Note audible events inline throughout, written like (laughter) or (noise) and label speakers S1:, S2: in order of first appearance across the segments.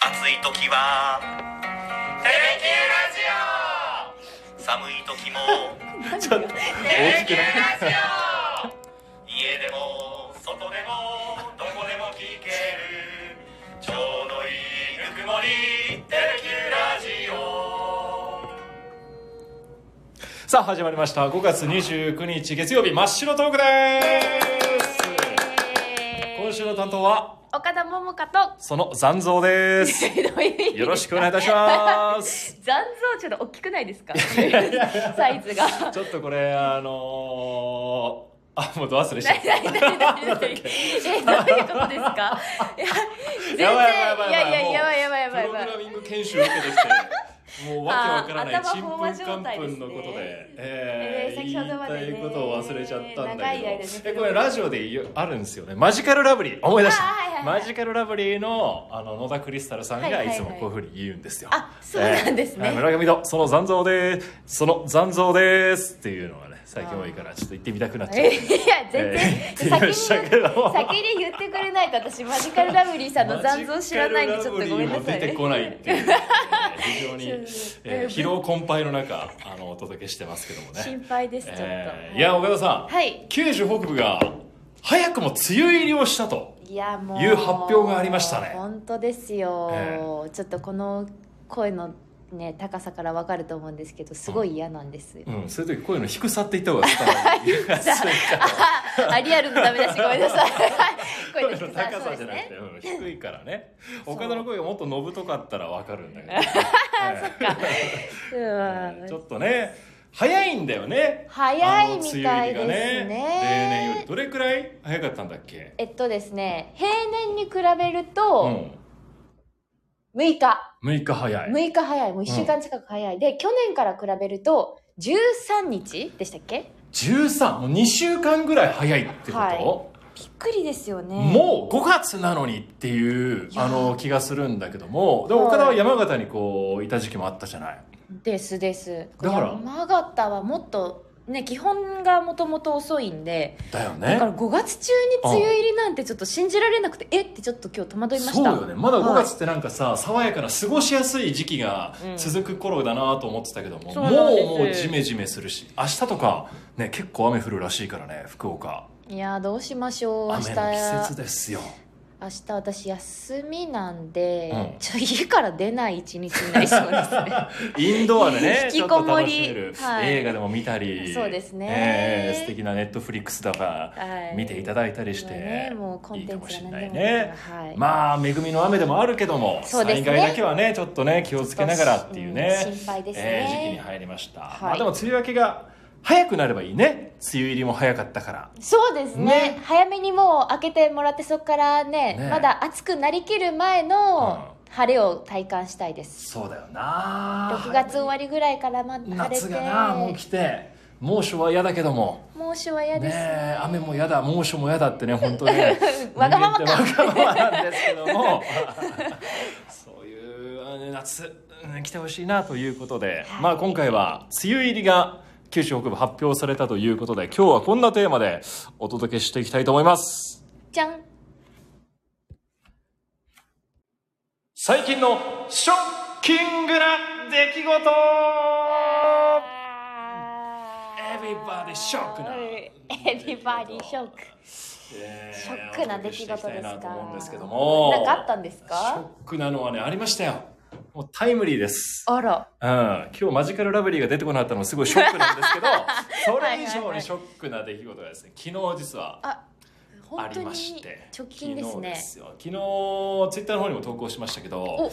S1: 暑い時はテレキューラジオ寒い時も
S2: ちょっと大きくない
S1: ラジオ家でも外でもどこでも聞けるちょうどいいぬくもりテレキューラジオ
S2: さあ始まりました5月29日月曜日真っ白トークでーす今週の担当は
S3: 岡田桃香と
S2: その残像です
S3: (laughs)
S2: よ
S3: よ
S2: ろしくお願いいたします
S3: 残像ちょっと大きくないですかサイズが
S2: (laughs) ちょっとこれあのー、あもうど忘れしちゃっ
S3: 何何何何何えどういうことで
S2: (laughs)
S3: すかいや全然
S2: やばいやばいやばい
S3: やいややばいやばい
S2: た
S3: や
S2: プ
S3: ばい
S2: ロ
S3: や
S2: グラ
S3: ばい
S2: ミング研修受けてきてもうわけわからな
S3: あ
S2: い
S3: ー
S2: ちんぷん
S3: 頭飽和
S2: か
S3: 状
S2: ん
S3: 態
S2: ぷ
S3: です
S2: ん
S3: ね
S2: のことで、えー
S3: えー先ほどまでね
S2: 言いたいことを忘れちゃったんだ
S3: 長
S2: け
S3: い
S2: ど
S3: 間ですけ
S2: え
S3: ど
S2: これラジオで言うあるんですよねマジカルラブリー思い出した、
S3: あーはいはいは
S2: マ
S3: い
S2: ジカルラブリーのあの野田クリスタルさん
S3: はい
S2: が
S3: はいはい
S2: いつもこういうふうに言うんですよ、
S3: あそうなんですね
S2: えーはい村上とその残像ですその残像ですっていうのはね最近多いからちょっと言ってみたくなっちゃう
S3: えいや全
S2: えー (laughs) 言
S3: 然、
S2: ってみましたけども
S3: 先に先に言ってくれないと私マジカルラブリーさんの残像知らないんでちょっとごめんなさい
S2: マジカルラブリーも出て
S3: ね
S2: こないっていう、ね、非常に、
S3: そうそう (laughs)
S2: えー疲労困憊の中あのお届けしてますけどもね
S3: 心配ですちょっと、
S2: えーいや岡田さん、
S3: はい
S2: 九州北部が早くも梅雨入りをしたと
S3: いやもう
S2: いう発表がありましたね
S3: 本当ですよ、
S2: え
S3: ちょっとこの声のね高さからわかると思うんですけどすごい嫌なんですよ、
S2: うんそういう時こういうの低さって言った方が伝わる
S3: (laughs) あリアルのダメだしごめ
S2: (laughs)
S3: んなさい
S2: 声
S3: 声の
S2: の
S3: 低さ
S2: 高
S3: そう
S2: さ
S3: で
S2: じ
S3: す
S2: ゃなくて、
S3: ね
S2: うん低いからね岡田
S3: そう
S2: の声がもっとのぶとかったらわかるんだけど、
S3: (laughs)
S2: (laughs)
S3: う
S2: えーちょ
S3: ん
S2: っとね早いんだよね
S3: 早いみたいです
S2: あの梅雨入りが
S3: ね
S2: 例年よりどれくらい早かったんだっけ
S3: えっとですね平年に比べると
S2: ん
S3: 6日、
S2: 6日早い
S3: 6日早いもう1週間近く早い、で去年から比べると13日でしたっけ
S2: 13もう2週間ぐらい早いってこと、
S3: はびっくりですよね
S2: もう5月なのにっていう
S3: いやー
S2: あの気がするんだけどもで
S3: はい
S2: も岡田は山形にこういた時期もあったじゃない
S3: ですです
S2: だから
S3: 山形はもっとね基本がもともと遅いんで
S2: だよ
S3: だ
S2: ね
S3: から5月中に梅雨入りなんてちょっと信じられなくてえってちょっと今日戸惑いました
S2: そうよねまだ
S3: はい
S2: 5月ってなんかさ、爽やかな過ごしやすい時期が
S3: うん
S2: 続く頃だなと思ってたけども、
S3: そうなんです
S2: もうもうジメジメするし明日とかね結構雨降るらしいからね福岡
S3: いやーどうしましょう明
S2: 雨
S3: 日
S2: の季節ですよ
S3: 明日私休みなんで、
S2: うん
S3: ちょ家から出ない一日になりそ
S2: (laughs)
S3: うですね
S2: インドアでね
S3: (laughs) 引きこもり
S2: ちょっと楽しめる、
S3: はい
S2: 映画でも見たり
S3: そうですね
S2: ええ素敵なネットフリックスだから
S3: はい
S2: 見ていただいたりして、
S3: ねもうコ
S2: い
S3: ン
S2: い
S3: テ
S2: か
S3: ン
S2: も
S3: ツ
S2: し
S3: が
S2: れない
S3: 何でもいいから
S2: ね
S3: はい
S2: まあ恵みの雨でもあるけども、
S3: そうです
S2: 災
S3: ね
S2: 害だけはねちょっとね気をつけながらっていうね
S3: うん心配ですね
S2: ええ時期に入りました、
S3: はい
S2: まあ、でも梅雨明けが早くなればいいね梅雨入りも早かったから
S3: そうですね
S2: ね
S3: 早めにもう開けてもらってそこからね
S2: ね
S3: まだ暑くなりきる前の晴れを体感したいです、
S2: そうだよな
S3: 6月終わりぐらいからま晴れて
S2: 夏がなもう来て猛暑は嫌だけども
S3: 猛暑は嫌
S2: ね
S3: です、
S2: え雨も嫌だ猛暑も嫌だってね本当ね
S3: (laughs) わがままか
S2: 人間ってわがままなんですけど
S3: (laughs)
S2: もそういうあの夏うん来てほしいなということで、まあ今回は梅雨入りが九州北部発表されたということで今日はこんなテーマでお届けしていきたいと思います
S3: じゃん
S2: 最近のショッキングな出来事エビバディショックな
S3: エビバディショックショックな出来事で
S2: お
S3: す
S2: 届けしていきたい
S3: か
S2: なと思うんですけども
S3: なんかあったんです
S2: ショ
S3: か
S2: ックなのはねありましたよもうタイムリーです
S3: あら
S2: うん、今日マジカルラブリーが出てこなかったのすごいショックなんです
S3: (laughs)
S2: けどそれ以
S3: はいはい
S2: 上
S3: はい
S2: にショックな出来事がですね昨日実は
S3: あ本
S2: あ
S3: 当
S2: り
S3: に
S2: まして
S3: 直近です
S2: 昨日
S3: ね
S2: ですよ昨日ツイッターの方にも投稿しましたけど
S3: お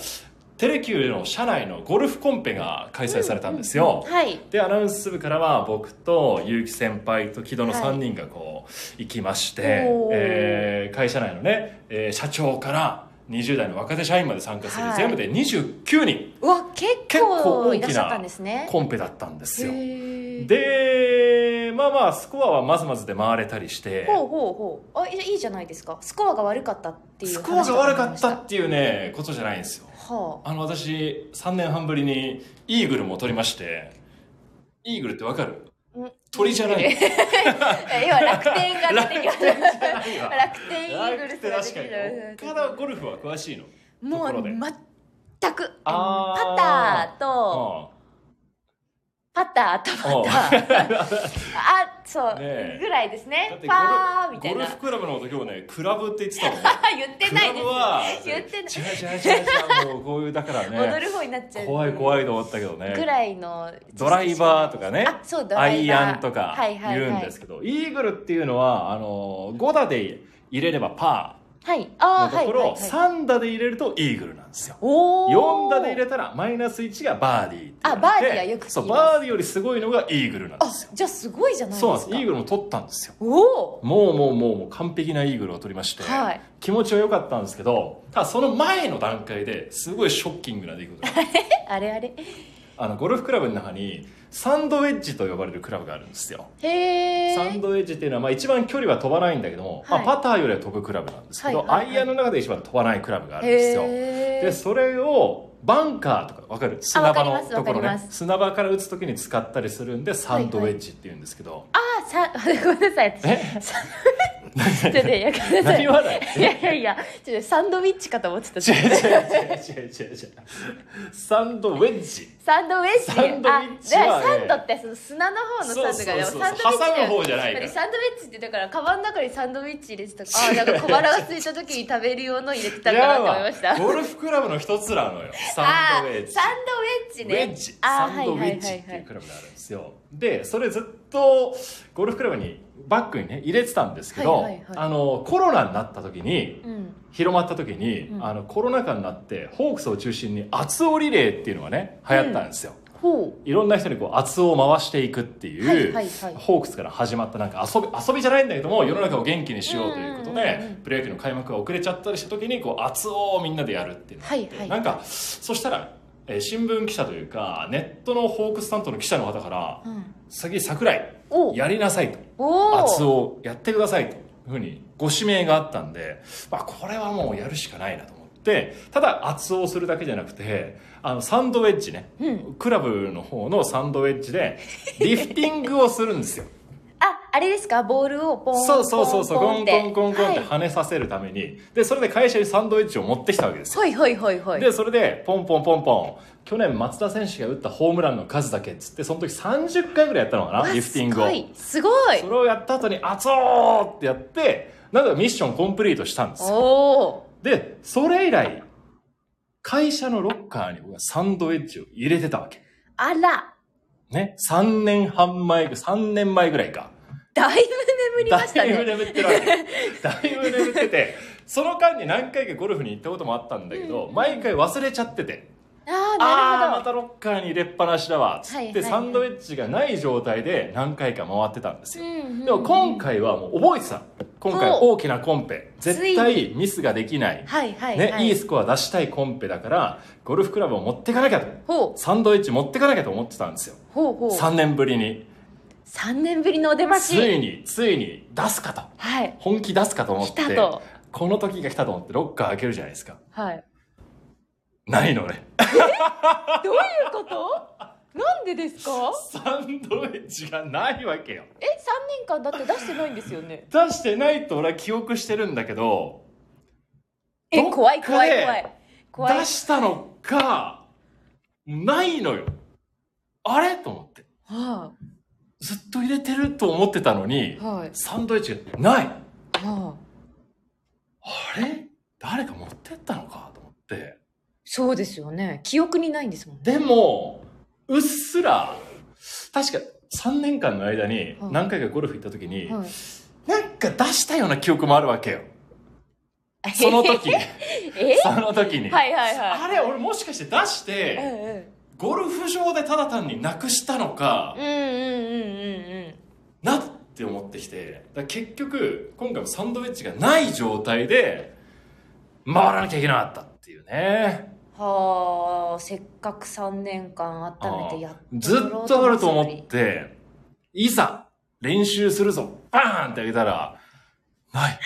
S2: テレキューの社内のゴルフコンペが開催されたんですよ、
S3: はい
S2: でアナウンス部からは僕と結城先輩と木戸の
S3: はい
S2: 3人がこう行きまして、
S3: おー
S2: えー会社内のね、えー社長から20代の若手社員まで参加する、
S3: はい
S2: 全部で29人
S3: うわ結
S2: 結構
S3: 構
S2: 大
S3: いらっ
S2: き
S3: しゃった
S2: なん
S3: ですね
S2: コンペだったんですよ。
S3: へー
S2: でまあまあスコアはまずまずで回れたりして
S3: ほうほうほうあいいいじゃないですかスコアが悪かったっていう
S2: スコアが悪かっ
S3: 話だ
S2: た
S3: と思いま
S2: っていうねことじゃないんですよ。
S3: したは
S2: あの私3年半ぶりにイーグルも取りましてイーグルってわかる
S3: あん
S2: 鳥じゃない
S3: 要は楽天が出てきま
S2: 楽天
S3: し
S2: じゃ (laughs) ないわ
S3: た楽天イーグルスが出
S2: 確
S3: て
S2: か
S3: き
S2: に岡田はゴルフは詳しいの
S3: たも
S2: ところ
S3: う
S2: で
S3: 全く
S2: あー
S3: パターとパターとパターあそ
S2: ね
S3: う、
S2: え
S3: ぐらいです
S2: だ
S3: ね
S2: ってゴル
S3: パーみたい
S2: ゴ
S3: な
S2: ルフクラブのこと今日ねクラブって言ってたもんね
S3: (laughs) 言ってないです
S2: クラブは
S3: (laughs) 言ってない
S2: 違う違う違う違うもうこういうだから
S3: 戻
S2: ね
S3: る方になっちゃう
S2: 怖い怖いと思ったけどね
S3: ぐらいの
S2: ドライバーとかね
S3: あそうド
S2: ア
S3: ライ
S2: イ
S3: バー
S2: アンとか
S3: はいはいはい
S2: 言うんですけど、イーグルっていうのはあの5打で入れればパ
S3: はい
S2: ー
S3: あ
S2: の
S3: ーは
S2: と
S3: い
S2: こ
S3: はい
S2: ろ、
S3: はい
S2: 三3打で入れるとイーグルなんですよ
S3: お
S2: 4打で入
S3: る
S2: れたらマイナス1がバーディーって言われて
S3: あバーディーはよく聞きます
S2: そうバーディーよりすごいのがイーグルなんで
S3: あ
S2: すよ
S3: じゃあすごいじゃないです
S2: そう
S3: か
S2: なんですイーグルも取ったんですよ
S3: おお
S2: もうもうもうもう完璧なイーグルを取りまして、
S3: はい
S2: 気持ちは良かったんですけどただその前の段階ですごいショッキングな出来事が
S3: (laughs)
S2: あって
S3: あれあれ
S2: あのゴルフクラブの中にサンドウェッジと呼ばれるクラブがあるんですよ
S3: へ
S2: サン
S3: え
S2: ドウェッジっていうのは、まあ、一番距離は飛ばないんだけども、
S3: はい
S2: まあ、パターよりは飛ぶクラブなんですけど、
S3: はいはいはい
S2: アイアンの中で一番飛ばないクラブがあるんですよ
S3: へ
S2: で
S3: ー
S2: それをバンカーとかわかる砂場
S3: わか
S2: の
S3: ります
S2: ところ
S3: わかりま
S2: ね
S3: す
S2: 砂場から打つ時に使ったりするんでサンドウェッジっていうんですけど、
S3: あさ (laughs) ごめんなさい私
S2: え
S3: ちょっとねいやごめんなさい
S2: 何話ない
S3: いやいやいやちょっとサンドウィッチかと思ってた
S2: 違う違う違う違う違う違うサンドウェッジ
S3: サンドウェッジ
S2: サンドウェッジは
S3: あだから
S2: ええ
S3: サンドってその砂の方のサンドが
S2: そうそうそう
S3: サンドウェッジ
S2: 挟む方じゃないから
S3: サンドウェッジってだからカバンの中にサンドウェッジ入れてたからあーなんか小腹が空いた時に食べる用の入れてたかなと思いました
S2: いやゴルフクラブの一つなのよサ
S3: あ
S2: ンドウェッ
S3: ー
S2: ジ
S3: サンドウェッジね
S2: ウェッジ
S3: あ
S2: サ
S3: ー
S2: ンドウェッジって
S3: はいいうは
S2: クラブがあるんですよでそれずっとゴルフクラブにバッグにね入れてたんですけど、
S3: はいはいはい
S2: あのコロナになった時に
S3: いはいうん
S2: 広まった時に、
S3: うん
S2: あのコロナ禍になってホークスを中心に熱尾リレーっていうのがね流行ったんですよ、
S3: ほ
S2: いろんな人にこう圧を回していくっていう、
S3: はいはいはい
S2: ホークスから始まったなんか遊び遊びじゃないんだけども世の中を元気にしようということで、
S3: うんうんうんうん
S2: プロ野球の開幕が遅れちゃったりした時にこう圧をみんなでやるっていうのがあって、
S3: はいはい
S2: なんかそしたら、えー新聞記者というかネットのホークス担当の記者の方から
S3: う、うん、
S2: 「先桜井
S3: お
S2: やりなさい」と「
S3: おー
S2: 圧をやってください」というふうにご指名があったんで、まあ、これはもうやるしかないなと思ってただ圧をするだけじゃなくてあのサンドウェッジね
S3: うん
S2: クラブの方のサンドウェッジでリフティングをするんです (laughs) よ
S3: ああれですかボールをポンポン
S2: そうそうそうそう
S3: ポ
S2: コ
S3: ン
S2: ン
S3: ポン
S2: コンコンコンって跳ねさせるためにでそれで会社にサンドウェッジを持ってきたわけですよ
S3: はいはいはいはいはい
S2: でそれでポンポンポンポン去年松田選手が打ったホームランの数だけっつってその時30回ぐらいやったのか
S3: わ
S2: なリフティングを
S3: すごいす
S2: そ
S3: ごい
S2: れをやった後に「熱おー!」ってやってなんかミッションコンプリートしたんですよ
S3: おお
S2: でそれ以来会社のロッカーに僕はサンドウェッジを入れてたわけ
S3: あら
S2: ね3年半前3年前ぐらいか
S3: だいぶ眠りました
S2: だいぶ
S3: ね
S2: 眠ってる
S3: (laughs)
S2: わけだいぶ眠っててその間に何回かゴルフに行ったこともあったんだけど、毎回忘れちゃってて
S3: あ
S2: あ
S3: あなる
S2: あー
S3: ほ
S2: ま
S3: ど
S2: たロッカーに入れっぱなしだわつって、
S3: はいはいはい
S2: サンドウェッジがない状態で何回か回ってたんですよ、
S3: うんうん
S2: でも今回はもう覚えてた今回
S3: お
S2: 大きなコンペ絶
S3: つ
S2: 対ミスができない、
S3: はいはい
S2: ね
S3: はい
S2: い、いスコア出したいコンペだからゴルフクラブを持ってかなきゃと
S3: ほう
S2: サンドウェッジ持ってかなきゃと思ってたんですよ
S3: ほうほう
S2: 3年ぶりに
S3: 三年ぶりのお出ま
S2: つ
S3: し
S2: いについに出すかと
S3: はい
S2: 本気出すかと思って
S3: 来たと
S2: この時が来たと思ってロッカー開けるじゃないですか
S3: はい
S2: ないのね
S3: どういうことなんでですか
S2: サンドウェッジがないわけよ
S3: え三年間だって出してないんですよね
S2: 出してないと俺は記憶してるんだけど
S3: え
S2: どっかで
S3: 怖い怖い怖い怖い
S2: 出したのかないのよあれと思って
S3: は
S2: ずっと入れてると思ってたのに
S3: いはい
S2: サンドウェッジがない
S3: はあ
S2: あれ誰か持ってったのかと思って
S3: そうですよね記憶にないんですもんね
S2: でもうっすら確か3年間の間に
S3: はい
S2: 何回かゴルフ行った時に、
S3: はい
S2: なんか出したような記憶もあるわけよ (laughs) その時
S3: (laughs) え
S2: その時に、
S3: はいはいはい
S2: あれ俺もしかして出して、
S3: うんうん
S2: ゴルフ場でただ単になくしたのか、
S3: うんうんうんうんうん
S2: なって思ってきてだから結局今回もサンドウェッジがない状態で回らなきゃいけなかったっていうね
S3: はあせっかく3年間温めてやっ
S2: うんずっとあると
S3: (laughs)
S2: 思っていざ練習するぞバーンってあげたらない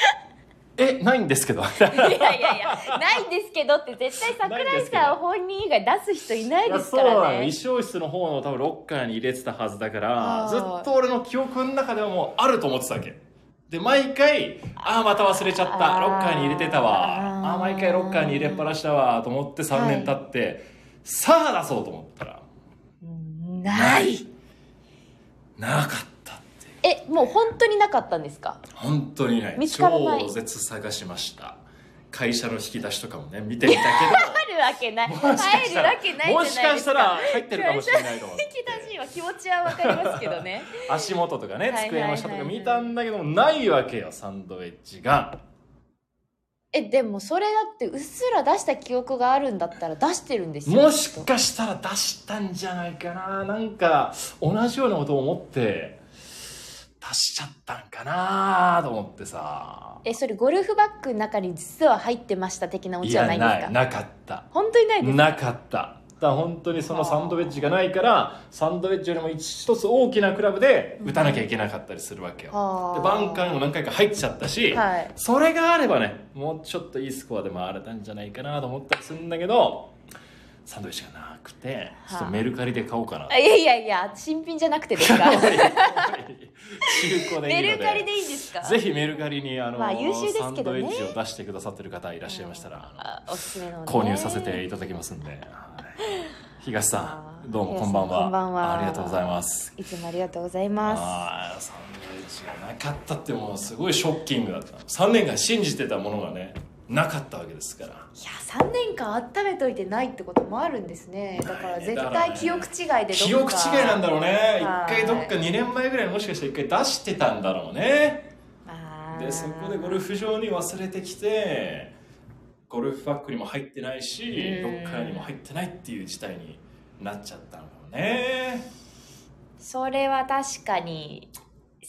S2: えないんですけど (laughs)
S3: いやいやいやないんですけどって絶対桜井さん本人以外出す人いないですか
S2: そうな
S3: ら
S2: の
S3: ね
S2: 衣装室の方の多分ロッカーに入れてたはずだか
S3: あ
S2: ら
S3: ー
S2: ずっと俺の記憶の中ではもうあると思ってたわけで毎回ああまた忘れちゃった
S3: あー
S2: ロッカーに入れてたわああー毎回ロッカーに入れっぱなしだわと思って3年経って、さあ出そうと思ったら
S3: ない
S2: なかったっていう
S3: えもう本当になかったんですか
S2: 本当にない
S3: 見つからない
S2: 超絶探しました会社の引き出しとかもね見てみたけど
S3: あるわけない
S2: もしか
S3: 入
S2: し
S3: る
S2: た
S3: わ
S2: ら
S3: け (laughs) ないじゃない
S2: も
S3: です
S2: し
S3: か
S2: かしたら入ってるかもしれないと思って
S3: 引き出しは気持ちはわかりますけどね
S2: 足元とか
S3: は
S2: ね
S3: いはいはい
S2: 机の下とか見たんだけどもないわけよサンドウェッジが
S3: えでもそれだってうっすら出した記憶があるんだったら出してるんですよ
S2: もし
S3: きっと
S2: かしたら出したんじゃないかななんか同じようなことを思って出しちゃったんかなと思ってさ
S3: えそれゴルフバッグの中に実は入ってました的なオチはないんですか
S2: なかった
S3: 本当にないです
S2: なかっただから本当にそのサンドウェッジがないからサンドウェッジよりも一つ大きなクラブで打たなきゃいけなかったりするわけよ、
S3: は
S2: で
S3: あ
S2: バンカーにも何回か入っちゃったし、
S3: はい
S2: それがあればねもうちょっといいスコアで回れたんじゃないかなと思ったりするんだけどサンドイッチがなくてちょっとメルカリで買おうかな、
S3: あいやいやいや新品じゃなくてで
S2: (laughs)
S3: すか
S2: 中古でいいので
S3: メルカリでいいですか
S2: ぜひメルカリにあの、
S3: まあ優秀ですけど
S2: サ
S3: ね
S2: ンドイッチを出してくださってる方いらっしゃいましたら、あ
S3: あおすすめのね
S2: の購入させていただきますんで、はい東さ
S3: あ
S2: ん
S3: ー
S2: どうもこんばんは
S3: こんばんは
S2: ありがとうございます
S3: いつもありがとうございま
S2: あーサンドイッチがなかったってもうすごいショッキングだった3年間信じてたものがねなかったわけですから
S3: すいや3年間温めといてないってこともあるんですねだから絶
S2: だから
S3: 対
S2: ね
S3: 記憶違いでど
S2: 記憶違いなんだろうね
S3: は
S2: 一
S3: い
S2: 回どっか2年前ぐらいにもしかして一回出してたんだろうね
S3: あー
S2: でそこでゴルフ場に忘れてきてゴルフバッグにも入ってないし
S3: う
S2: ロ
S3: ん
S2: ッカーにも入ってないっていう事態になっちゃったんだろうね
S3: それは確かに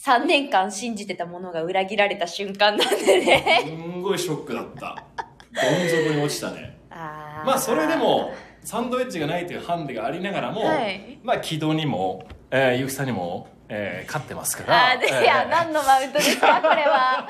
S3: 3年間信じてたものが裏切られた瞬間なんでね
S2: すんごいショックだったどん底に落ちたね
S3: あー
S2: まあそれでもサンドウェッジがないというハンデがありながらも、
S3: はい
S2: まあ木戸にも、えー、ゆうきさんにも、えー勝ってますから
S3: あーでいや、
S2: えー
S3: 何のマウントですかこれは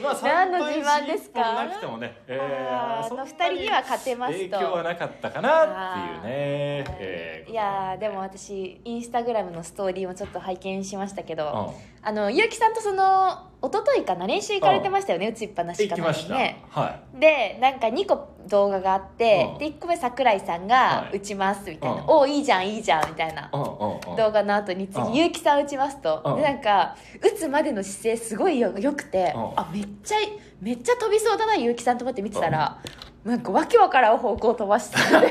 S2: まあ
S3: 何の自慢ですか
S2: 参拝し一本なくてもね、え
S3: あー
S2: そんな
S3: あの二人には勝てますと
S2: 影響はなかったかなっていうね。えー
S3: いやーでも、私インスタグラムのストーリーもちょっと拝見しましたけど、
S2: うん
S3: あの結城さんとその一昨日かな練習行かれてましたよね打ちっぱなし
S2: 行
S3: か
S2: き
S3: な
S2: ま
S3: い
S2: した。
S3: ね
S2: は
S3: でなんか2個動画があって、
S2: うん
S3: で1個目桜井さんが
S2: はい
S3: 打ちますみたい
S2: うん。
S3: な「おおいいじゃんいいじゃん」みたいない
S2: うんうんうん。
S3: 動画の後に次
S2: うん
S3: 結城さん打ちますと、
S2: うん
S3: でなんか打つまでの姿勢すごいよよくて、
S2: うん
S3: あめっちゃめっちゃ飛びそうだな結城さんと思って見てたら、なんかわけわからん方向飛ば
S2: (laughs)
S3: してたんで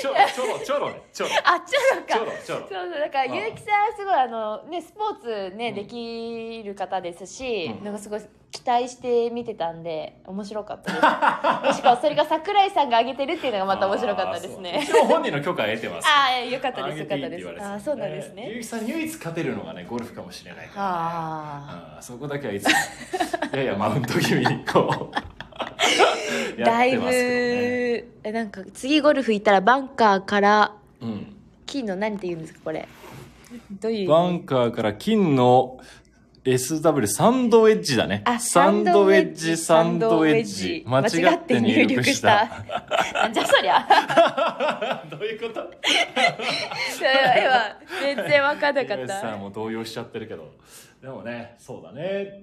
S2: ちょろちょろちょろね。ちょろ
S3: あっちゃうの
S2: ち
S3: か
S2: ょろちょろ
S3: そう。そうだから
S2: うん
S3: 結城さんすごいあのねスポーツね、
S2: うん
S3: できる方ですし、
S2: うん
S3: なんかすごい期待して見てたんで面白かった
S2: (laughs)
S3: ですしかもそれが桜井さんが上げてるっていうのがまた面白かったです
S2: あー
S3: ね
S2: そう一応本人の許可得てます。
S3: ああーよかったです
S2: 上げ
S3: よか
S2: ていい
S3: った
S2: って言
S3: です
S2: われて
S3: あ
S2: た
S3: あそうなんですね
S2: ゆうきさんに唯一勝てるのがねゴルフかもしれないから。
S3: あ
S2: あーそこだけはいつも (laughs) ややマウント気味にこう (laughs)
S3: あだいぶ、
S2: ますけ
S3: えなんか次ゴルフ行ったらバンカーから
S2: どね、うん、
S3: 金の何て言うんですかこれどういう意味
S2: バンカーから金の SW サンドウェッジだね。サンドウェッジ、サンドウェッジ。間違って入力した。。
S3: なんじゃそりゃ。
S2: (laughs) どういうこと
S3: いやいや今、全然わかんなかっ
S2: 吉さん
S3: た。
S2: も動揺しちゃってるけど。でもね、そうだね。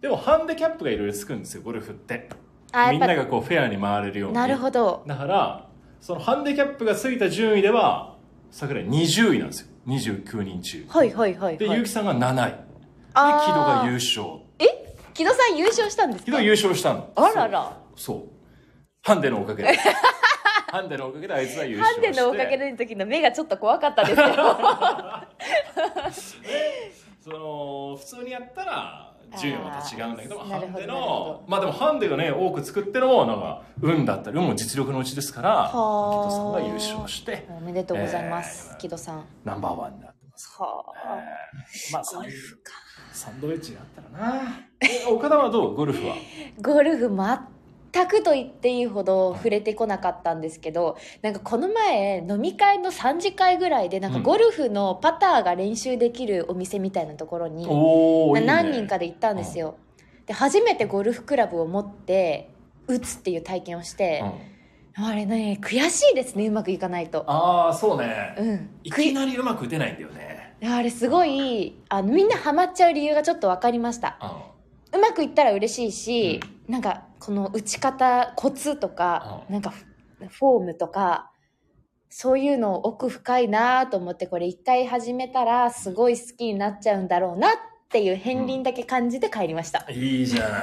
S2: でもハンデキャップがいろいろつくんですよ、ゴルフって。
S3: あ
S2: みん
S3: やっぱ
S2: ながこうフェアに回れるように。
S3: なるほど。
S2: だから、そのハンデキャップがついた順位では、桜井20位なんですよ。29人中。
S3: はいはいはい、はい。
S2: で、結城さんが7位。で、
S3: あー
S2: 木戸が優勝。
S3: え木戸さん優勝したんです
S2: 木
S3: か
S2: 戸優勝したの。
S3: あらら。
S2: そう。ハンデのおか
S3: (laughs)
S2: げで。ハンデのおかげであいつは優
S3: ハ
S2: 勝
S3: ン
S2: して。
S3: デのおかげ。での時の目がちょっと怖かっ
S2: (laughs)
S3: たですよ。
S2: その、普通にやったら、順位はまた違うんだけど、
S3: あー
S2: ハン
S3: な
S2: デ
S3: るほどなるほ
S2: の、まあでもハンデがね、多く作ってのも、なんか、運だったり、運も実力のうちですから、木
S3: ー
S2: 戸さんが優勝して、
S3: おめでとうございます、
S2: えー
S3: 木戸さん。は
S2: ナンバーワンになってます。
S3: あ。
S2: まあ、そういう、サンドウェッジがあったら
S3: (laughs)
S2: な。え岡田はどうゴルフは。
S3: ゴルフ全くと言っていいほど触れてこなかったんですけどなんかこの前飲み会の3次会ぐらいでなんか
S2: うん
S3: ゴルフのパターが練習できるお店みたいなところに、
S2: おー、いいね
S3: 何人かで行ったんですよ。で初めてゴルフクラブを持って打つっていう体験をして
S2: う、ん
S3: あれね悔しいですねうまくいかないと。
S2: ああ、そうね。
S3: うん、
S2: い
S3: 悔
S2: きなりうまく打てないんだよね。
S3: あれすごいあのみんなハマっちゃう理由がちょっと分かりました
S2: あ
S3: うまくいったら嬉しいし、なんかこの打ち方コツとか、
S2: うん
S3: なんかフフォームとかそういうの奥深いなと思ってこれ一回始めたらすごい好きになっちゃうんだろうなっていう片鱗だけ感じて帰りました、
S2: いいじゃ
S3: (laughs)
S2: ない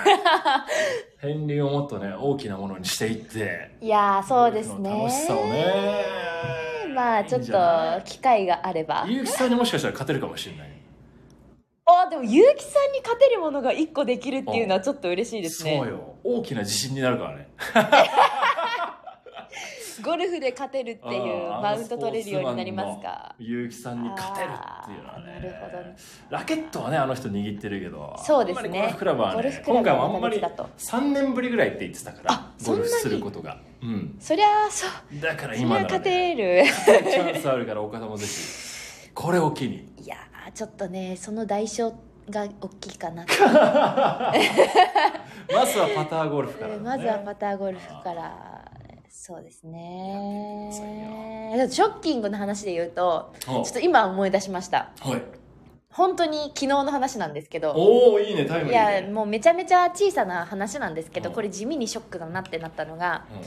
S2: 片鱗をもっとね大きなものにしていって
S3: いやーそうですね
S2: 楽しさをね
S3: まあちょっ
S2: いいん
S3: と
S2: じゃない
S3: 機会があれば
S2: 結城さんにもしかしたら勝てるかもしれない
S3: あでも結城さんに勝てるものが1個できるっていうのはちょっと嬉しいですね
S2: そうよ大きな自信になるからね
S3: ゴルフで勝てるっていう
S2: あー
S3: マウント取れるようになります
S2: あ
S3: か
S2: のスポーツマンの結城さんに勝てるっていうのはね
S3: あーなるほどね
S2: ラケットはねあの人握ってるけど
S3: そうですね
S2: あんまりゴルフクラブは
S3: ゴル
S2: ね
S3: フクラ
S2: 今
S3: ブ
S2: 回
S3: は
S2: はあんまり
S3: ダメだと
S2: 3年ぶりぐらいって言ってたか
S3: あ
S2: ら
S3: そ
S2: ゴ
S3: んな
S2: ル
S3: に
S2: フすることがうん
S3: そりゃあそう
S2: だから
S3: そりゃ
S2: 今なら
S3: 勝
S2: ね
S3: てる
S2: チャンスあるから岡田もぜひこれを機に
S3: いやーちょっとねその代償が大きいかなって
S2: まずはパターゴルフからだね
S3: まずはパターゴルフからそうです
S2: やってくださ
S3: ねだってショッキングの話で言うとちょ
S2: お
S3: っと今思い出しました
S2: はい
S3: 本当に昨日の話なんですけど
S2: おおいいねタイム
S3: い
S2: リー
S3: や
S2: で
S3: もうめちゃめちゃ小さな話なんですけど、
S2: うん
S3: これ地味にショックだなってなったのが
S2: うん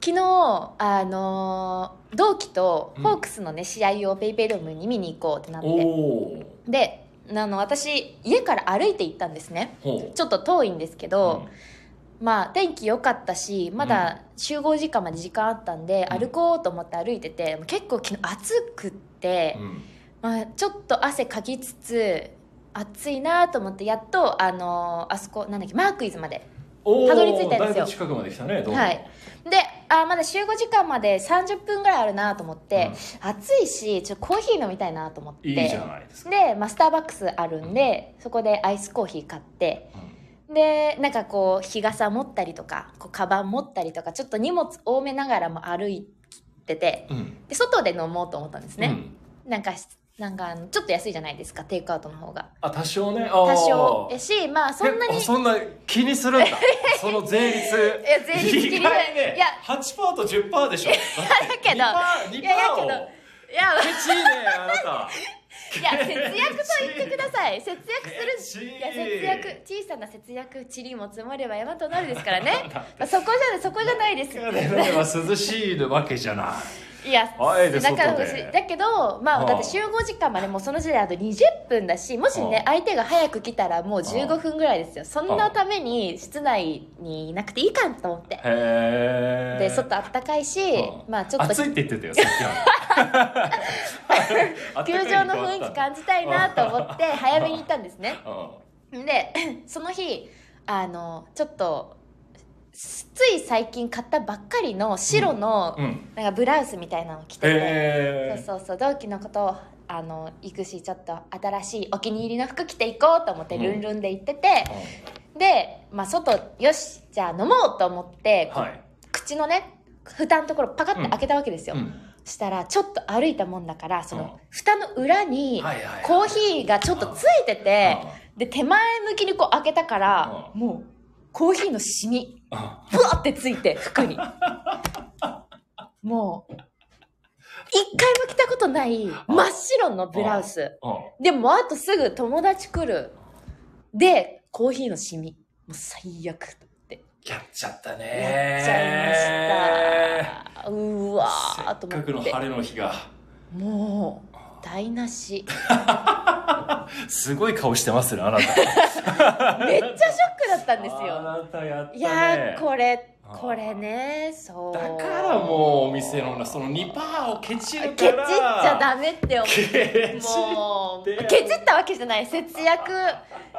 S3: 昨日、あのー同期とホークスの、ね試合をペイペイドームに見に行こうってなっ
S2: お
S3: て
S2: お
S3: であの私家から歩いて行ったんですね
S2: ほ
S3: ちょっと遠いんですけ
S2: う
S3: ど、まあ天気良かったしまだ集合時間まで時間あったんで、
S2: うん
S3: 歩こうと思って歩いてて結構昨日暑くって、
S2: うんうん
S3: まあ、ちょっと汗かきつつ暑いなと思ってやっと、あのーあそこなんだっけマークイズまで
S2: おー
S3: たどり着いたんで
S2: だ
S3: すよ
S2: いぶ近くまで来たねどうも
S3: はいであーまだ集合時間まで30分ぐらいあるなと思って、暑いしちょっとコーヒー飲みたいなと思って
S2: いいじゃないですか
S3: で、まあ、スターバックスあるんで、そこでアイスコーヒー買ってでなんかこう日傘持ったりとかこうカバン持ったりとかちょっと荷物多めながらも歩いてて
S2: うんうん
S3: で外で飲もうと思ったんですね、なんかなんかあのちょっと安いじゃないですかテイクアウトの方が
S2: あ多少ね
S3: 多
S2: 多
S3: 少やしまあそんなに
S2: そんな気にするんだ
S3: (laughs)
S2: その税率
S3: いや税率気に
S2: 意
S3: しない
S2: 外ね
S3: いや
S2: 8%と10%でしょだ
S3: (laughs) けど
S2: 2%
S3: いやだけ
S2: を
S3: どいや
S2: ケチいねあなた
S3: いや節約と言ってください節約する
S2: ケチ
S3: いや節約小さな節約ちりも積もれば山となるですからね (laughs) そこじゃそこじゃないです
S2: だから涼しいわけじゃない
S3: いや
S2: あえて
S3: だから
S2: 外で
S3: 欲しいだけどま
S2: は
S3: あ
S2: あ
S3: だって集合時間までもうその時点であと20分だしもし
S2: はあ
S3: ね相手が早く来たらも
S2: は
S3: う
S2: あ
S3: 15分ぐらいですよそんなために室内にいなくていいかと思って
S2: へえ
S3: で外あったかいし
S2: はあ
S3: まあちょっと
S2: 暑いって言ってたよさっきは
S3: (laughs)
S2: あった
S3: 球
S2: かいに
S3: 場
S2: 変
S3: の
S2: わった
S3: 雰囲気感じたいなと思って早めに行ったんですねで (clears throat) その日あのちょっとすつい最近買ったばっかりの白の、
S2: うんうん
S3: なんかブラウスみたいなの着てて、
S2: へえ
S3: そうそうそう同期のことをあの行くしちょっと新しいお気に入りの服着ていこうと思って
S2: うん
S3: ルンルンで行ってて、で、まあ、外よしじゃあ飲もうと思って、
S2: はい
S3: 口のね蓋のところパカッて開けたわけですよ、
S2: うん
S3: したらちょっと歩いたもんだからその
S2: う
S3: 蓋の裏に
S2: はいはいはい
S3: コーヒーがちょっとついててで手前向きにこう開けたから
S2: う
S3: もうコーヒーのシミ
S2: あ
S3: ブワってついて服にもう一回も着たことない真っ白のブラウス
S2: あ
S3: でもあとすぐ友達来るでコーヒーのシミもう最悪って
S2: やっちゃったね
S3: やっちゃいました、うわーと
S2: せっ
S3: 思
S2: かくの
S3: って
S2: 晴れの日が
S3: もう台無し
S2: すごい顔してますねあなた
S3: めっちゃショックだったんです
S2: あ
S3: よ。
S2: なたやったね
S3: いやーこれ
S2: あー
S3: これねそう
S2: だからもうお店の女その2%をケチる
S3: ケチ
S2: か
S3: っち
S2: ら
S3: ゃダメって思う
S2: ケチ
S3: も
S2: って
S3: うケチったわけじゃない節約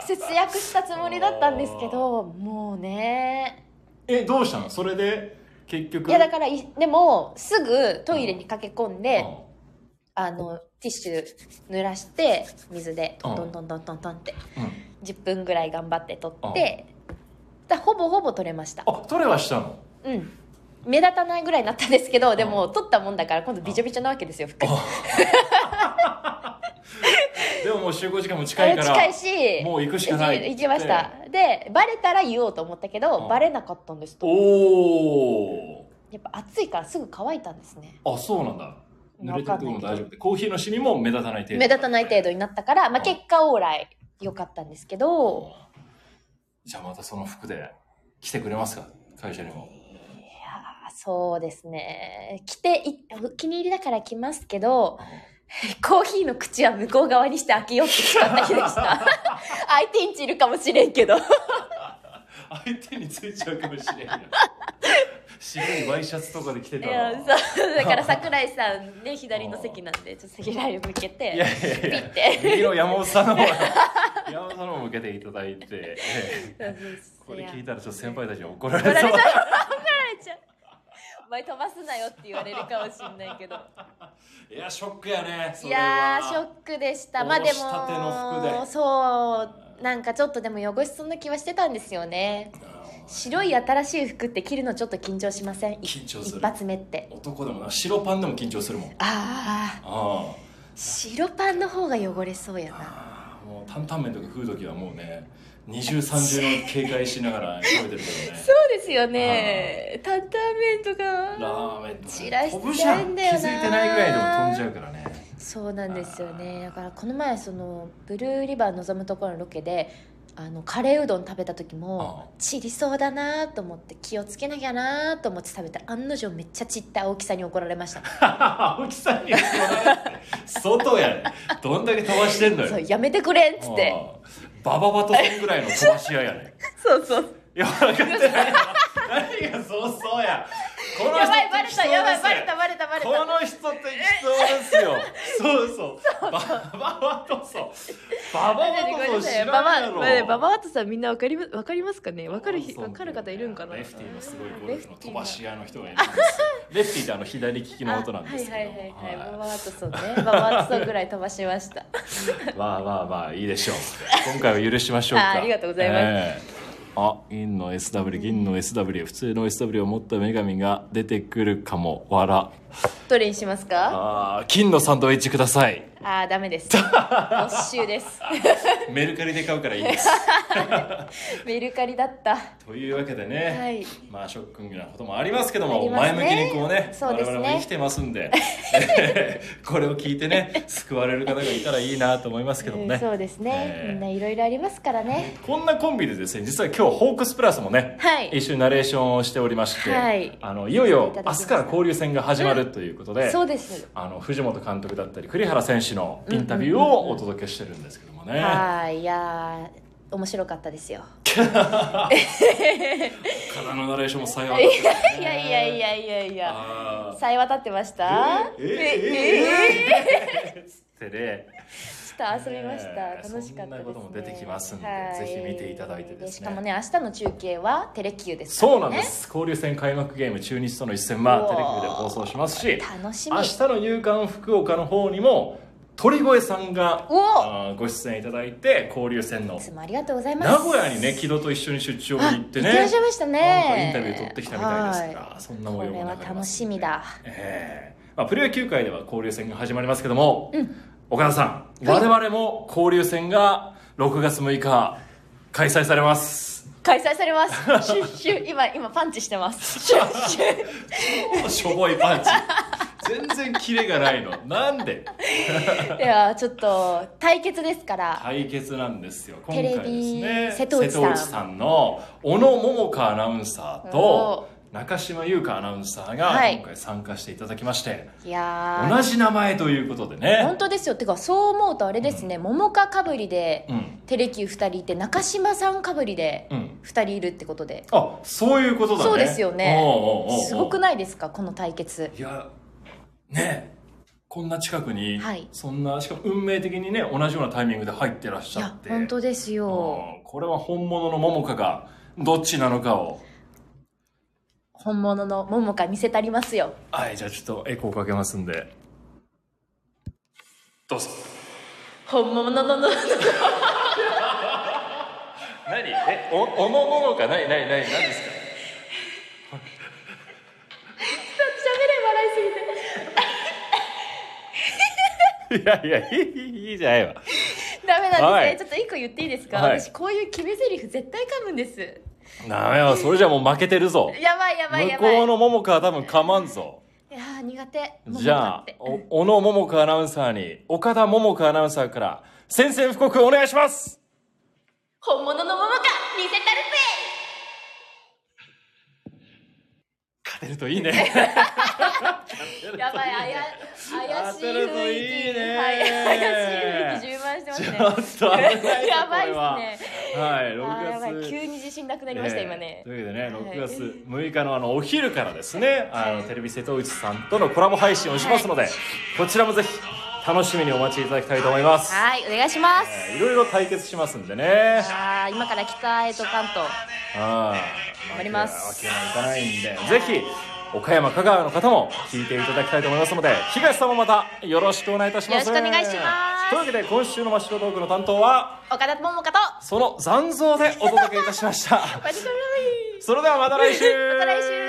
S3: 節約したつもりだったんですけどもうね
S2: えどうしたのそれで結局
S3: いやだからいでもすぐトイレに駆け込んであのティッシュ濡らして水でトントントントントントンって
S2: うんうん
S3: 10分ぐらい頑張って取ってだほぼほぼ取れました
S2: あ取れはしたの
S3: うん目立たないぐらいになったんですけどでも取ったもんだから今度びちょびちょなわけですよ服
S2: (laughs) でももう集合時間も近いから
S3: 近いし
S2: もう行くしかない
S3: 行きましたでバレたら言おうと思ったけ
S2: う
S3: ど
S2: ん
S3: バレなかったんですと
S2: おお
S3: やっぱ暑いからすぐ乾いたんですね
S2: あそうなんだ濡れてても大丈夫でコーヒーのシミも目立たない程度
S3: 目立たない程度になったから、まあ、結果オーライ良かったんですけど
S2: じゃあまたその服で来てくれますか会社にも
S3: いやーそうですね着ていお気に入りだから着ますけど (laughs) コーヒーの口は向こう側にして開けようって誓った日で
S2: (laughs)
S3: した相手んちいるかもしれんけど
S2: 相手についちゃうかもしれんよ (laughs) 白いワイシャツとかで着て
S3: い
S2: たら
S3: やそうだから桜井さんね左の席なんでちょっと左を向けて
S2: いやいやいや
S3: ピッて
S2: 右の山本さんの方 (laughs) 山本さんの方向けていただいてええこれ聞い
S3: た
S2: たらちょっと先輩たちに怒ら
S3: 怒
S2: れ
S3: ら
S2: そ
S3: れ
S2: う
S3: ちゃう怒られちゃうお前飛ばすなよって言われるかもしれないけど
S2: いやショックやね
S3: いやーショ
S2: ク
S3: ックでしたまあで
S2: おろしたての服
S3: も
S2: で
S3: そうなんかちょっとでも汚しそうな気はしてたんですよね白い新しい服って着るのちょっと緊張しませんい
S2: 緊張する
S3: 一発目って
S2: 男でもな白パンでも緊張するもん
S3: ああ
S2: あ
S3: 白パンの方が汚れそうやな
S2: あもう担々麺とか食う時はもうね二重三重の警戒しながら食べてるけどね
S3: そうですよね担々麺とか
S2: ラーメンとか
S3: 散らし
S2: 飛ぶ
S3: ち
S2: じゃ
S3: ゃ
S2: ん
S3: う
S2: 気
S3: んだよ
S2: づ
S3: ない
S2: てないぐらいでも飛んじゃうからね
S3: そうなんですよねだからこの前そのブルーリバー望むところのロケであのカレーうどん食べた時も
S2: あ
S3: ちりそうだなと思って気をつけなきゃなと思って食べたら案の定めっちゃちった大きさに怒られ
S2: (laughs)
S3: ました
S2: 青木さんに怒られて外やねどんだけ飛ばしてんのよ
S3: そうやめてくれっつって
S2: ああバババとそんぐらいの飛ばし屋やね
S3: そうそう
S2: いや分か
S3: (laughs)
S2: ってないよ何がそうそうやこの人
S3: やばい
S2: って
S3: バレたやばいバレたバレたバレ
S2: こ
S3: た
S2: の人って適当ですよ (laughs) そうそうバババとそうバババとそう知らん
S3: ババ
S2: やろ
S3: バババアトさんみんなわかりまわかりますかねわかるひ
S2: そう
S3: わかる方いるんかな
S2: レフティーのすごいゴルフの
S3: レフティ
S2: 飛
S3: ー
S2: ばし屋の人がいるんですよレフティーってあの左利きの音なんですけど
S3: あはいはいはい、はい、バ
S2: はい
S3: バアトソンねババアトソンぐらい飛ばしました
S2: まあまあまあいいでしょう今回は許しましょうか
S3: (laughs) あありがとうございます
S2: ええあ銀の SW 銀の SW 普通の SW を持った女神が出てくるかも笑
S3: どれにしますか
S2: あー金のサンドイッチくださ
S3: (laughs)
S2: い
S3: あーダメで
S2: (laughs)
S3: す没収です (laughs)
S2: メルカリで買うからいいです
S3: メルカリだった
S2: というわけでね、
S3: はい
S2: まあショッキングなこともありますけど
S3: あ
S2: も、
S3: りま
S2: 前
S3: すね
S2: 向きにこうね
S3: そうです
S2: 我
S3: ね
S2: 々も生きてますん
S3: (laughs)
S2: でこれを聞いてね救われる方がいたらいいなと思いますけどもね、
S3: うんそうですね、
S2: ええ
S3: みんないろいろありますからね
S2: こんなコンビでですね実は今日ホークスプラスもね、
S3: はい
S2: 一緒にナレーションをしておりまして、
S3: はい
S2: あのいよいよ
S3: いた
S2: 明
S3: だきま
S2: 日
S3: す
S2: から交流戦が始まるということで,、
S3: そうです
S2: あの藤本監督だったり栗原選手のインタビューをお届けしてるんですけどもね、
S3: はいいやー面白かったですよ
S2: 体のナレーションも幸
S3: い
S2: いですね
S3: やいやいやいやいやいや
S2: あー
S3: さえ渡ってました
S2: えーえーえーつってね
S3: ちょっと遊びました、
S2: ねえ
S3: 楽しか
S2: そん
S3: ったです、ね、
S2: なことも出てきますんでぜひ見ていただいてですね
S3: しかもね明日の中継はテレキューですから
S2: そうなんです、交流戦開幕ゲーム中日との一戦はテレビで放送しますし
S3: 楽しみ
S2: 明日の夕刊福岡の方にも鳥越さんが
S3: お
S2: あーご出演いただいて交流戦の
S3: いつもありがとうございます
S2: 名古屋にね木戸と一緒に出張に行ってね
S3: あ行ってらっしゃいましたね
S2: なんかインタビュー取ってきたみたいですから、そんな模
S3: こ
S2: 様も
S3: れは
S2: 流れま
S3: 楽
S2: す
S3: し
S2: んで
S3: みだ
S2: ええまあ、プロ野球界では交流戦が始まりますけども、
S3: うん
S2: 岡田さん、
S3: はい
S2: 我々も交流戦が6月6日開催されます
S3: (laughs) 開催されます。シュッシュ今今パンチしてます。
S2: (laughs)
S3: シュッシュ。
S2: もうしょぼいパンチ全然キレがないのなんで
S3: いやちょっと対決ですから。
S2: 対決なんですよ今
S3: テ
S2: 回
S3: レ
S2: です
S3: ビ
S2: ね
S3: 瀬戸内さん
S2: さんの小野桃香アナウンサーと
S3: お
S2: 中島優香アナウンサーが
S3: はい
S2: 今回参加していただきまして、
S3: いや
S2: 同
S3: ー
S2: じ名前ということで
S3: 本
S2: ね
S3: 当ですよ。てかそう思うとあれですね。桃花かぶりで
S2: うん
S3: テレキュー二人いて中島さんかぶりで
S2: うん
S3: 二人いるってことで。
S2: あそういうことだね
S3: そうですよね
S2: おうおうおうおう
S3: すごくないですかこの対決。
S2: いやねえこんな近くに、
S3: はい
S2: そんなしかも運命的にね同じようなタイミングで入ってらっし
S3: い
S2: ゃ
S3: や
S2: って
S3: 本当ですよ。
S2: うんこれは本物の桃香がどっちなのかを
S3: 本物の桃花見せたりますよ。
S2: はいじゃあちょっとエコーかけますんでどうぞ
S3: 本物のの
S2: 何えおおのものかないないない何ですか
S3: 喋れ笑いす
S2: いやいやいいいいじゃないわ
S3: ぎてダメなんですね、
S2: はい
S3: ちょっと一個言っていいですか、
S2: はい
S3: 私こういう決め台詞絶対噛むんです
S2: ダメよそれじゃもう負けてるぞ
S3: やばいやばいや
S2: 向
S3: ばい
S2: こうの桃香は多分かまんぞ
S3: いやー苦手。もう
S2: じゃあ
S3: 苦手、
S2: お小野桃子アナウンサーに、岡田桃子アナウンサーから、宣戦布告お願いします
S3: 本物の桃か見せたるぜ
S2: 勝てるといい
S3: (laughs)
S2: ね。
S3: や
S2: (laughs)
S3: ばい、あや、怪しい
S2: 当たるとい
S3: 雰囲
S2: い
S3: 気。
S2: ね
S3: はい、怪しい雰囲気充満してま
S2: ち
S3: す
S2: ょっと
S3: ね。
S2: 危ないぞ
S3: やばい
S2: これは
S3: っすね。
S2: はい、
S3: あーやば
S2: 6
S3: い
S2: 月。
S3: 急に自信なくなりました、今ね
S2: えーと。いうわけでね、
S3: はい
S2: 6月6日のあのお昼からですね、あ
S3: は
S2: の
S3: い
S2: テレビ瀬戸内さんとのコラボ配信をしますので、
S3: はい
S2: こちらもぜひ楽しみにお待ちいただきたいと思います。
S3: はい、お願いします。
S2: えーいろいろ対決しますんでね。
S3: あー今から北へと関東。
S2: ああ、
S3: 頑張ります
S2: 負けはいかないんで、ぜひ岡山香川の方も聞いていただきたいと思いますので、東さんもまたよろしくお願いいたします。
S3: よろしくお願いします
S2: というわけで今週のマッシュルトークの担当は
S3: 岡田桃子と。
S2: その残像でお届けいたしました。
S3: バリコロイ
S2: それではまた来週。
S3: また来週